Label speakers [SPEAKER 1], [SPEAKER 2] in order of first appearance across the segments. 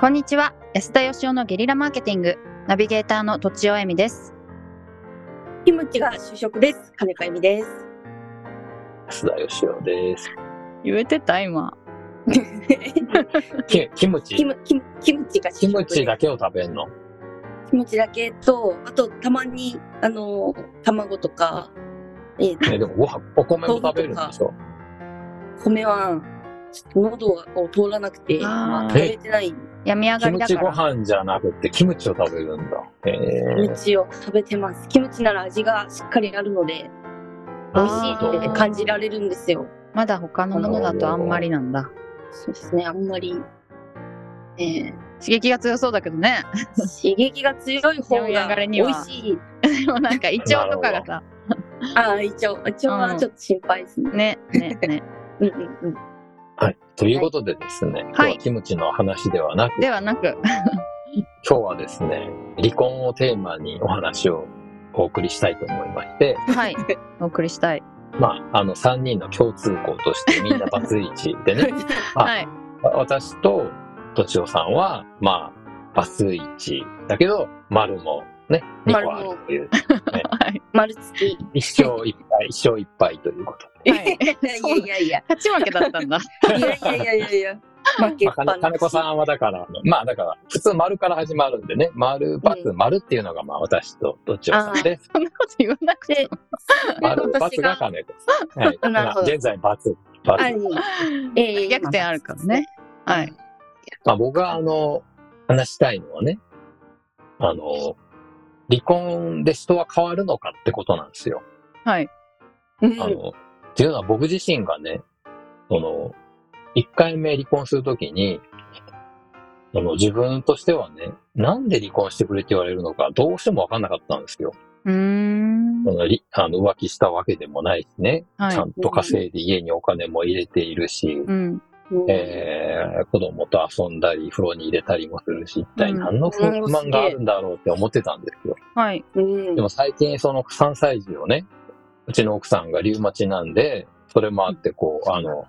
[SPEAKER 1] こんにちは安田義雄のゲリラマーケティングナビゲーターの土地尾恵美です
[SPEAKER 2] キムチが主食です。金子由美です。
[SPEAKER 3] 須田義雄です。
[SPEAKER 1] 言えてた今
[SPEAKER 3] キキム
[SPEAKER 2] キ
[SPEAKER 3] チキム
[SPEAKER 2] ムキムキムチが主食です。
[SPEAKER 3] チだけを食べんの
[SPEAKER 2] キムチだけと、あとたまにあの卵とか、えー
[SPEAKER 3] え、でもご飯、お米も食べるんでしょ
[SPEAKER 2] 米はちょっと喉を通らなくて、
[SPEAKER 1] あー
[SPEAKER 2] 食べてない
[SPEAKER 1] 病み上が
[SPEAKER 3] キ
[SPEAKER 1] り
[SPEAKER 3] ム
[SPEAKER 1] だ
[SPEAKER 3] チ
[SPEAKER 1] か
[SPEAKER 3] ご
[SPEAKER 1] ら
[SPEAKER 3] 飯じゃなくてキムチを食べるんだ。へ
[SPEAKER 2] キムチを食べてます。キムチなら味がしっかりあるので、美味し
[SPEAKER 1] あー
[SPEAKER 2] いって感じられるんですよ。
[SPEAKER 1] まだ他のものだとあんまりなんだ
[SPEAKER 2] そうですね、あんまり。えー
[SPEAKER 1] 刺激が強そうだけどね
[SPEAKER 2] 刺激が強い方
[SPEAKER 1] 病み上が
[SPEAKER 2] が
[SPEAKER 1] りに
[SPEAKER 2] 美
[SPEAKER 1] は
[SPEAKER 2] 味しい。
[SPEAKER 1] でもなんか胃腸とかがさ
[SPEAKER 2] ああ、一応、一応はちょっと心配ですね。
[SPEAKER 1] ねねね
[SPEAKER 2] うんうん うん。
[SPEAKER 3] はい。ということでですね、今日はキムチの話ではなく、
[SPEAKER 1] ではな く
[SPEAKER 3] 今日はですね、離婚をテーマにお話をお送りしたいと思いまして、
[SPEAKER 1] はいお送りしたい
[SPEAKER 3] まあ、あの、3人の共通項としてみんなバツイチでね、あ
[SPEAKER 1] はい
[SPEAKER 3] 私ととちおさんは、まあ、バツイチだけど、丸もね、2個あるという、
[SPEAKER 1] はい
[SPEAKER 2] 丸 付き。
[SPEAKER 3] 一生いっぱい、一生いっぱいとい うことで。
[SPEAKER 1] はい
[SPEAKER 2] い やいやいや。
[SPEAKER 1] 勝ち負けだったん だ
[SPEAKER 2] いやいやいやいやいや。負けっ
[SPEAKER 3] ま
[SPEAKER 2] ぱ
[SPEAKER 3] あか
[SPEAKER 2] な
[SPEAKER 3] ね、
[SPEAKER 2] し。
[SPEAKER 3] 金子さんはだから、あのまあだから、普通丸から始まるんでね、丸、バツ、
[SPEAKER 2] う
[SPEAKER 3] 丸っていうのがまあ私とどっちさんで、
[SPEAKER 1] そんなこと言わなくて
[SPEAKER 2] で
[SPEAKER 1] も、
[SPEAKER 3] 丸、バ
[SPEAKER 2] 私
[SPEAKER 3] ツが
[SPEAKER 2] が、
[SPEAKER 3] 金子さん。はい。
[SPEAKER 2] なるほど
[SPEAKER 3] まあ現在バツ、バ
[SPEAKER 2] あ
[SPEAKER 3] ツ。
[SPEAKER 2] り、えー
[SPEAKER 1] 逆転あるからね。はい。
[SPEAKER 3] まあ僕があの、話したいのはね、あの、離婚で人は変わるのかってことなんですよ。
[SPEAKER 1] はい
[SPEAKER 2] うん。
[SPEAKER 3] あの、っていうのは僕自身がね、その、一回目離婚するときに、その自分としてはね、なんで離婚してくれって言われるのか、どうしてもわかんなかったんですよ。
[SPEAKER 1] うーん
[SPEAKER 3] そのりあの浮気したわけでもないしね、
[SPEAKER 1] はい
[SPEAKER 3] ちゃんと稼いで家にお金も入れているし、
[SPEAKER 1] うん
[SPEAKER 2] うん
[SPEAKER 3] えー、子供と遊んだり、風呂に入れたりもするし、一体何の不
[SPEAKER 2] うん
[SPEAKER 3] 不満があるんだろうって思ってたんですよ。
[SPEAKER 1] はい
[SPEAKER 2] うん
[SPEAKER 3] でも最近その3歳児をね、うちの奥さんがリウマチなんで、それもあってこう、あの、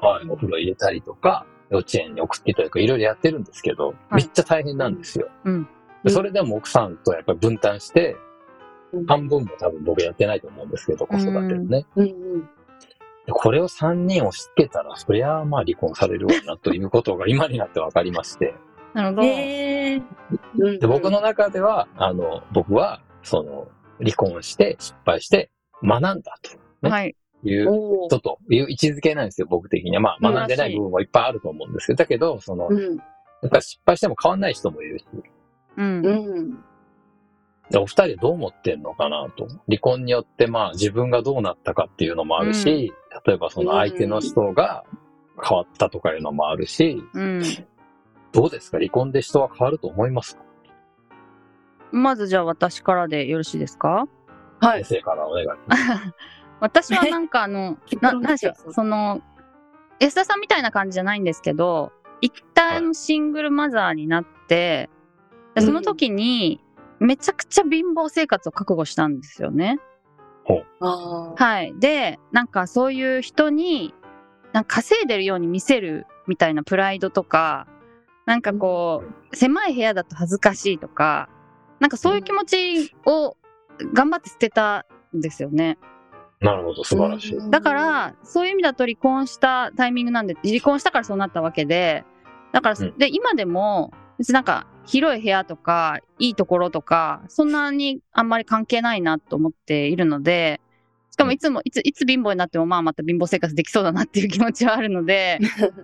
[SPEAKER 3] はい、お風呂入れたりとか、幼稚園に送っていたりとか、いろいろやってるんですけど、
[SPEAKER 1] い
[SPEAKER 3] めっちゃ大変なんですよ。
[SPEAKER 1] うん
[SPEAKER 3] でそれでも奥さんとやっぱり分担して、
[SPEAKER 2] うん
[SPEAKER 3] 半分も多分僕やってないと思うんですけど、子育てをね。
[SPEAKER 2] うんうん
[SPEAKER 3] でこれを3人押し付けたら、そりゃあまあ離婚されるわなということが今になって分かりまして。
[SPEAKER 1] なるほど
[SPEAKER 2] えーうん
[SPEAKER 3] で僕の中では、あの、僕は、その、離婚して、失敗して、学んだね
[SPEAKER 1] はい
[SPEAKER 3] という
[SPEAKER 2] おー
[SPEAKER 3] 人という位置づけなんですよ、僕的には。まあ、学んでな
[SPEAKER 1] うんらし
[SPEAKER 3] い
[SPEAKER 1] い
[SPEAKER 3] 部分もいっぱいあると思うんですけど、だけど、その、
[SPEAKER 2] うん
[SPEAKER 3] やっぱり失敗しても変わんない人もいるし、
[SPEAKER 1] うん
[SPEAKER 2] うん
[SPEAKER 3] でお二人どう思ってんのかなと。離婚によって、まあ、自分がどうなったかっていうのもあるし、例えばその相手の人が変わったとかいうのもあるし、
[SPEAKER 1] うん
[SPEAKER 3] どうですか離婚で人は変わると思いますか
[SPEAKER 1] まずじゃあ私からでよろしいですか
[SPEAKER 2] は
[SPEAKER 3] 先
[SPEAKER 2] い
[SPEAKER 3] 生からお願いします。
[SPEAKER 1] 私はなんかあ の
[SPEAKER 2] 結
[SPEAKER 1] な
[SPEAKER 2] 論
[SPEAKER 1] なんでしょ
[SPEAKER 2] です
[SPEAKER 1] う
[SPEAKER 2] よ
[SPEAKER 1] その安田さんみたいな感じじゃないんですけど一旦シングルマザーになって、
[SPEAKER 3] はい
[SPEAKER 1] その時にめちゃくちゃ貧乏生活を覚悟したんですよね。
[SPEAKER 2] あー
[SPEAKER 1] はい、でなんかそういう人になんか稼いでるように見せるみたいなプライドとかなんかこう狭い部屋だと恥ずかしいとかなんかそういう気持ちを頑張って捨てたんですよね。
[SPEAKER 3] なるほど、素晴らしい。
[SPEAKER 2] うん
[SPEAKER 1] だから、そういう意味だと離婚したタイミングなんで、離婚したからそうなったわけで、だから、
[SPEAKER 3] うん
[SPEAKER 1] で、今でも、別になんか、広い部屋とか、いいところとか、そんなにあんまり関係ないなと思っているので、しかもいつも、いつ、いつ貧乏になっても、まあまた貧乏生活できそうだなっていう気持ちはあるの で、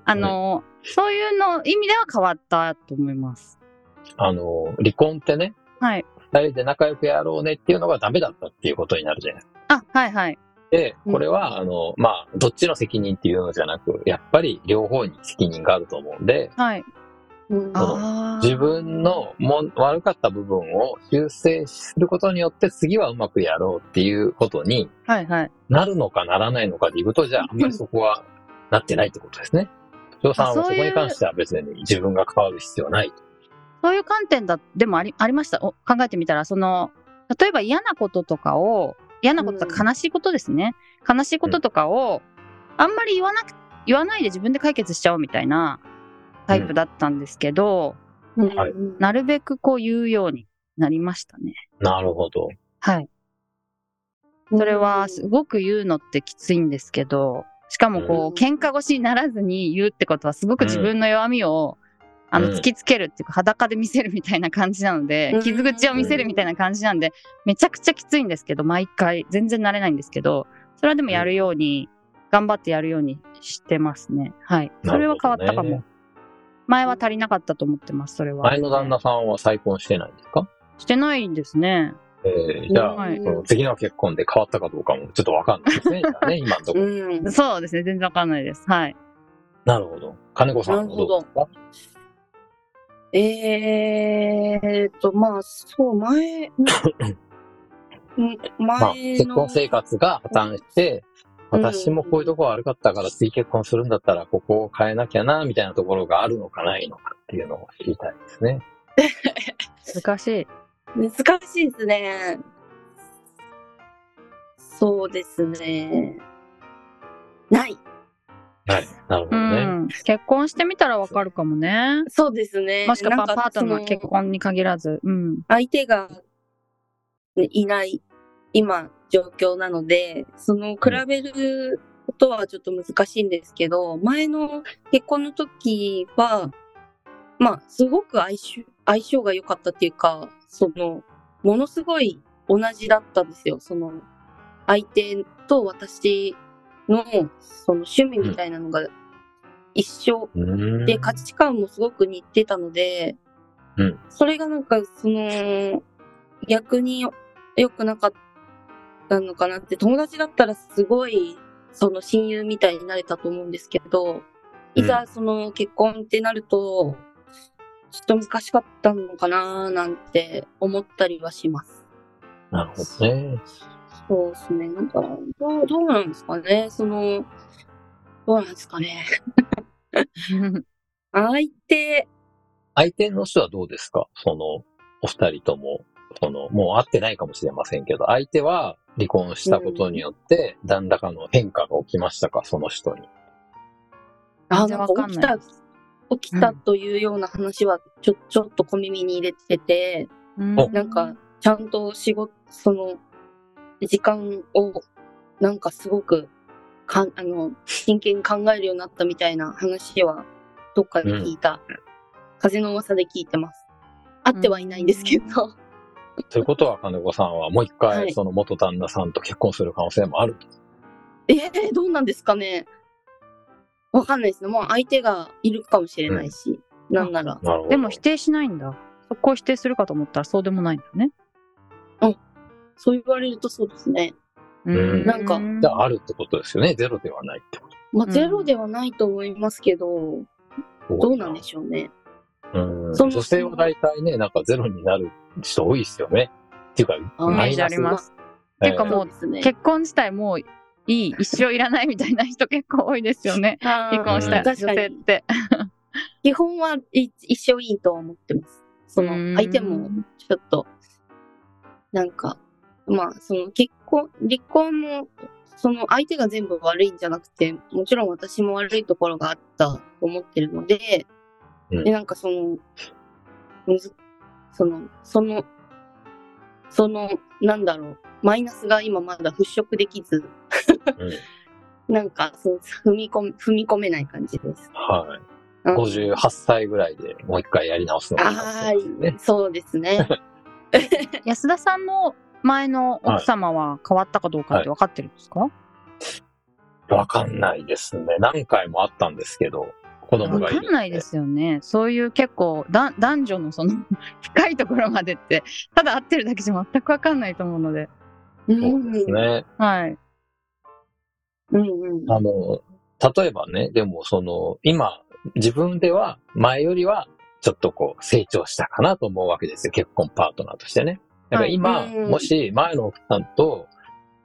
[SPEAKER 1] あの、そういうの意味では変わったと思います。
[SPEAKER 3] あの、離婚ってね、
[SPEAKER 1] はい。
[SPEAKER 3] 二人で仲良くやろうねっていうのがダメだったっていうことになるじゃないですか
[SPEAKER 1] あ、はいはい。
[SPEAKER 3] で、
[SPEAKER 2] うん
[SPEAKER 3] これは、あの、まあ、どっちの責任っていうのじゃなく、やっぱり両方に責任があると思うんで、
[SPEAKER 1] はい。
[SPEAKER 2] うん
[SPEAKER 3] あ
[SPEAKER 1] あー
[SPEAKER 3] 自分のもん悪かった部分を修正することによって次はうまくやろうっていうことに
[SPEAKER 1] はいはい。
[SPEAKER 3] なるのかならないのかでいうことじゃ、あんまりそこはなってないってことですね。翔さんは
[SPEAKER 1] あ
[SPEAKER 3] そ
[SPEAKER 1] そう
[SPEAKER 3] こ
[SPEAKER 1] いう
[SPEAKER 3] に関しては別に自分が変わる必要はないと。
[SPEAKER 1] そういう観点だ、でもあり、ありました。お考えてみたら、その、例えば嫌なこととかを、嫌なこととか
[SPEAKER 2] う
[SPEAKER 1] 悲しいことですね。悲しいこととかを、あんまり言わなく、言わないで自分で解決しちゃおうみたいな、タイプだったんですけど、
[SPEAKER 2] うん
[SPEAKER 3] はい
[SPEAKER 1] なるべくこう言うようになりましたね。
[SPEAKER 3] なるほど。
[SPEAKER 1] はい。それはすごく言うのってきついんですけど、しかもこう、
[SPEAKER 2] う
[SPEAKER 1] 喧嘩腰にならずに言うってことは、すごく自分の弱みを、あ
[SPEAKER 3] う
[SPEAKER 1] の、
[SPEAKER 3] ん
[SPEAKER 1] 突きつけるっていうか、裸で見せるみたいな感じなので
[SPEAKER 2] うん、
[SPEAKER 1] 傷口を見せるみたいな感じなんで、めちゃくちゃきついんですけど、毎回、全然慣れないんですけど、それはでもやるように、頑張ってやるようにしてますね。はい。それは変わったか
[SPEAKER 3] なるほど
[SPEAKER 1] も。前は足りなかったと思ってます、それは。
[SPEAKER 3] 前の旦那さんは再婚してないんですか
[SPEAKER 1] してないんですね。
[SPEAKER 3] えー、じゃあ、
[SPEAKER 1] はい
[SPEAKER 3] その次の結婚で変わったかどうかもちょっとわかんないですね。じゃあね今のとこ
[SPEAKER 2] う
[SPEAKER 3] ろ。
[SPEAKER 2] ん。
[SPEAKER 1] そうですね、全然わかんないです。はい。
[SPEAKER 3] なるほど。金子さんはどうですか
[SPEAKER 2] えーっと、まあ、そう、前、うん
[SPEAKER 3] まあ、
[SPEAKER 2] 前
[SPEAKER 3] 結
[SPEAKER 2] の、
[SPEAKER 3] 婚生活が破綻して、
[SPEAKER 2] うん
[SPEAKER 3] 私もこういうとこ悪かったから次結婚するんだったらここを変えなきゃな、みたいなところがあるのかないのかっていうのを知りたいですね。
[SPEAKER 1] 難しい。
[SPEAKER 2] 難しいですね。そうですね。ない。
[SPEAKER 3] はい。なるほ
[SPEAKER 1] う
[SPEAKER 3] どね。
[SPEAKER 1] ん。結婚してみたらわかるかもね。
[SPEAKER 2] そうですね。
[SPEAKER 1] もしく
[SPEAKER 2] な
[SPEAKER 1] は
[SPEAKER 2] んか
[SPEAKER 1] パートナー
[SPEAKER 2] その
[SPEAKER 1] 結婚に限らず。うん。
[SPEAKER 2] 相手がねいない今状況なので、その比べることはちょっと難しいんですけど、前の結婚の時は、まあ、すごく相性相性が良かったっていうか、その、ものすごい同じだったんですよ。その、相手と私の、その趣味みたいなのが一緒
[SPEAKER 3] うん
[SPEAKER 2] で、価値観もすごく似てたので、
[SPEAKER 3] うん
[SPEAKER 2] それがなんか、その、逆に良くなかったのかなって、友達だったらすごい、その親友みたいになれたと思うんですけど、いざその結婚ってなると、ちょっと難しかったのかななんて思ったりはします。
[SPEAKER 3] なるほどね。
[SPEAKER 2] そうですね。なんか、どう、どうなんですかね。その、どうなんですかね。相手、
[SPEAKER 3] 相手の人はどうですかその、お二人とも、その、もう会ってないかもしれませんけど、相手は離婚したことによって、何らかの変化が起きましたかその人に。
[SPEAKER 2] あ、
[SPEAKER 1] 全然
[SPEAKER 2] なん
[SPEAKER 1] わ
[SPEAKER 2] か
[SPEAKER 1] かん
[SPEAKER 2] 起き
[SPEAKER 1] ない
[SPEAKER 2] た、起きたというような話はちょ、ちょっと小耳に入れてて、
[SPEAKER 1] う
[SPEAKER 2] なんか、、ちゃんと仕事、その、時間を、なんかすごく、かん、あの、真剣に考えるようになったみたいな話は、どっかで聞いた。風の噂で聞いてます。会ってはいないんですけど。
[SPEAKER 3] ということは、金子さんはもう一回、
[SPEAKER 2] はい
[SPEAKER 3] その元旦那さんと結婚する可能性もあると。
[SPEAKER 2] えー、どうなんですかね。わかんないですね。もう相手がいるかもしれないし、なんなら。
[SPEAKER 3] なるほど。
[SPEAKER 1] でも否定しないんだ。そこを否定するかと思ったらそうでもないんだよね。
[SPEAKER 2] そう言われるとそうですね。
[SPEAKER 1] うん
[SPEAKER 2] なんか
[SPEAKER 3] じゃあ、あるってことですよね。ゼロではないってこ
[SPEAKER 2] まあ、
[SPEAKER 1] うん
[SPEAKER 2] ゼロではないと思いますけど、
[SPEAKER 3] と。
[SPEAKER 2] どうなんで
[SPEAKER 3] し
[SPEAKER 2] しょうね。
[SPEAKER 3] ょううん。
[SPEAKER 2] そもそも
[SPEAKER 3] 女性は大体ね、なんかゼロになる人多いですよね。っていうか、
[SPEAKER 2] あー
[SPEAKER 1] イメ
[SPEAKER 3] マ
[SPEAKER 1] ー
[SPEAKER 3] イ
[SPEAKER 1] ジあ
[SPEAKER 3] ナ
[SPEAKER 1] り
[SPEAKER 3] ス
[SPEAKER 1] ます。
[SPEAKER 3] えー
[SPEAKER 1] てかもう
[SPEAKER 2] そうですね。
[SPEAKER 1] 結婚自体もういい、一生いらないみたいな人結構多いですよね。
[SPEAKER 2] あー
[SPEAKER 1] 結婚した
[SPEAKER 3] う
[SPEAKER 1] 女
[SPEAKER 3] ん
[SPEAKER 2] 確か
[SPEAKER 1] 性っ
[SPEAKER 2] に。
[SPEAKER 1] て。
[SPEAKER 2] 基本はい一生いいとは思ってます。その、相手もちょっと、なんか、まあ、その結婚、離婚も、その相手が全部悪いんじゃなくて、もちろん私も悪いところがあったと思ってるので、
[SPEAKER 3] うん
[SPEAKER 2] で、なんかその、むずその、その、その、なんだろう、マイナスが今まだ払拭できず、
[SPEAKER 3] う ん。
[SPEAKER 2] なんか、その踏み込め、踏み込めない感じです。
[SPEAKER 3] はい。
[SPEAKER 2] うん
[SPEAKER 3] 58歳ぐらいでもう一回やり直すのがいいかもしれない
[SPEAKER 2] は
[SPEAKER 3] ですね。
[SPEAKER 2] い、そうですね。
[SPEAKER 1] 安田さんの前の奥様は変わったかどうかって分かってるんですか
[SPEAKER 3] わかんないですね。何回もあったんですけど、子供
[SPEAKER 1] 分
[SPEAKER 3] がい
[SPEAKER 1] か
[SPEAKER 3] る
[SPEAKER 1] んないで。すよね。そういう結構だ男女の その深いところまでって、ただ会ってるだけじゃ全く分かんないと思うので。
[SPEAKER 2] う
[SPEAKER 3] そうです
[SPEAKER 2] ん
[SPEAKER 3] ね。
[SPEAKER 1] はい。
[SPEAKER 2] うんうん。
[SPEAKER 3] あの、例えばね、でもその、今、自分では、前よりは、ちょっとこう、成長したかなと思うわけですよ。結婚パートナーとしてね。だから今、
[SPEAKER 2] はいうん
[SPEAKER 3] もし、前の奥さんと、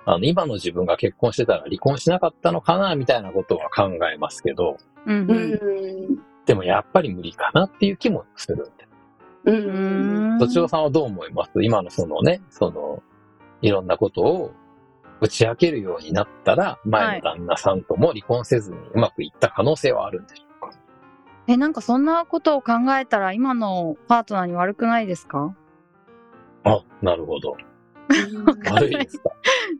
[SPEAKER 3] あの、今の自分が結婚してたら離婚しなかったのかな、みたいなことは考えますけど、
[SPEAKER 1] うん
[SPEAKER 2] う
[SPEAKER 1] うん
[SPEAKER 2] ん
[SPEAKER 3] でもやっぱり無理かなっていう気もするんで
[SPEAKER 2] う。
[SPEAKER 1] うんん。
[SPEAKER 3] 土ちおさんはどう思います今のそのね、その、いろんなことを打ち明けるようになったら、前の旦那さんとも離婚せずにうまくいった可能性はあるんでしょうか、
[SPEAKER 1] え、なんかそんなことを考えたら今のパートナーに悪くないですか
[SPEAKER 3] あ、なるほど。
[SPEAKER 1] かんない
[SPEAKER 3] 悪い ですか。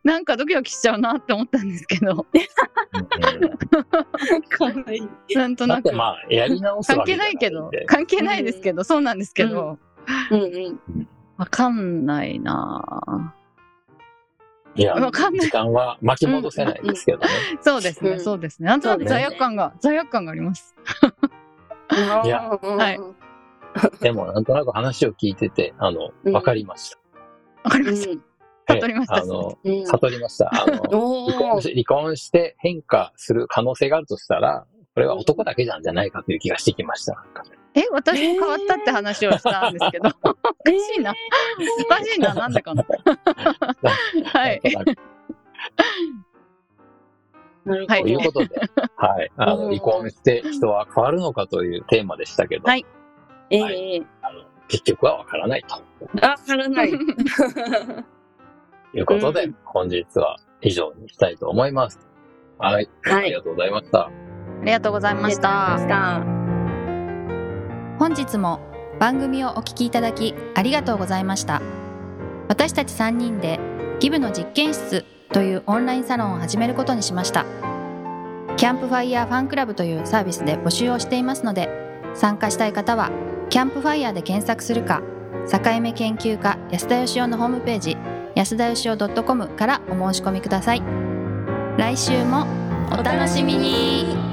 [SPEAKER 1] なんかドキドキしちゃうなって思ったんですけど、
[SPEAKER 3] うんうん
[SPEAKER 2] かわいい。
[SPEAKER 1] なんと
[SPEAKER 3] だ
[SPEAKER 1] な
[SPEAKER 3] って
[SPEAKER 1] く。
[SPEAKER 3] まあ、やり直す
[SPEAKER 1] 関
[SPEAKER 3] わけ
[SPEAKER 1] 係
[SPEAKER 3] じゃな
[SPEAKER 1] ないい
[SPEAKER 3] ん
[SPEAKER 1] け
[SPEAKER 3] で
[SPEAKER 1] ど、関係ないですけど、そうなんですけど、
[SPEAKER 2] うんうん。
[SPEAKER 1] わかんないない
[SPEAKER 3] や、
[SPEAKER 1] わかんない
[SPEAKER 3] 時間は巻き戻せないですけどね。
[SPEAKER 1] ぁそうですね、
[SPEAKER 2] うん
[SPEAKER 1] そうですね。なんとなく
[SPEAKER 3] そうです
[SPEAKER 1] 罪
[SPEAKER 3] ね
[SPEAKER 1] 悪感が、罪悪感があります。
[SPEAKER 3] いや
[SPEAKER 2] はい。
[SPEAKER 3] でも、なんとなく話を聞いてて、あの、
[SPEAKER 2] うん
[SPEAKER 3] わかりまし
[SPEAKER 1] わかりました。
[SPEAKER 2] う
[SPEAKER 3] た。
[SPEAKER 1] 悟りました
[SPEAKER 3] ええあの、
[SPEAKER 2] ん。うん。
[SPEAKER 3] 悟りました。あ の、
[SPEAKER 2] お
[SPEAKER 3] 離婚
[SPEAKER 2] ー
[SPEAKER 3] し離婚して変化する可能性があるとしたら、これは男だけなんじゃないかという気がしてき ました。
[SPEAKER 1] え、私も変わったって話をしたんです けど、おかしいな。おかしいな、なんでかな。はい。
[SPEAKER 3] なんとなく
[SPEAKER 2] なる
[SPEAKER 1] は
[SPEAKER 3] という
[SPEAKER 2] ほ
[SPEAKER 3] こ
[SPEAKER 2] ど。
[SPEAKER 3] とで、はい。あの、
[SPEAKER 2] うん
[SPEAKER 3] 離婚して人は変わるのかというテーマでしたけど、
[SPEAKER 1] はい
[SPEAKER 2] ええ。
[SPEAKER 3] あの結局はわからないと
[SPEAKER 2] あ、からない。
[SPEAKER 3] いうことで、
[SPEAKER 2] う
[SPEAKER 3] 本日は以上にしたいと思います。はい。
[SPEAKER 2] は
[SPEAKER 3] あり
[SPEAKER 2] い。
[SPEAKER 3] がとうございました。
[SPEAKER 1] ありがとうございました。
[SPEAKER 2] た。
[SPEAKER 4] 本日も番組をお聞きいただきありがとうございました私たち3人でギブの実験室というオンラインサロンを始めることにしましたキャンプファイヤーファンクラブというサービスで募集をしていますので参加したい方はキャンプファイヤーで検索するか境目研究家安田義雄のホームページ安田義雄 .com からお申し込みください来週もお楽しみに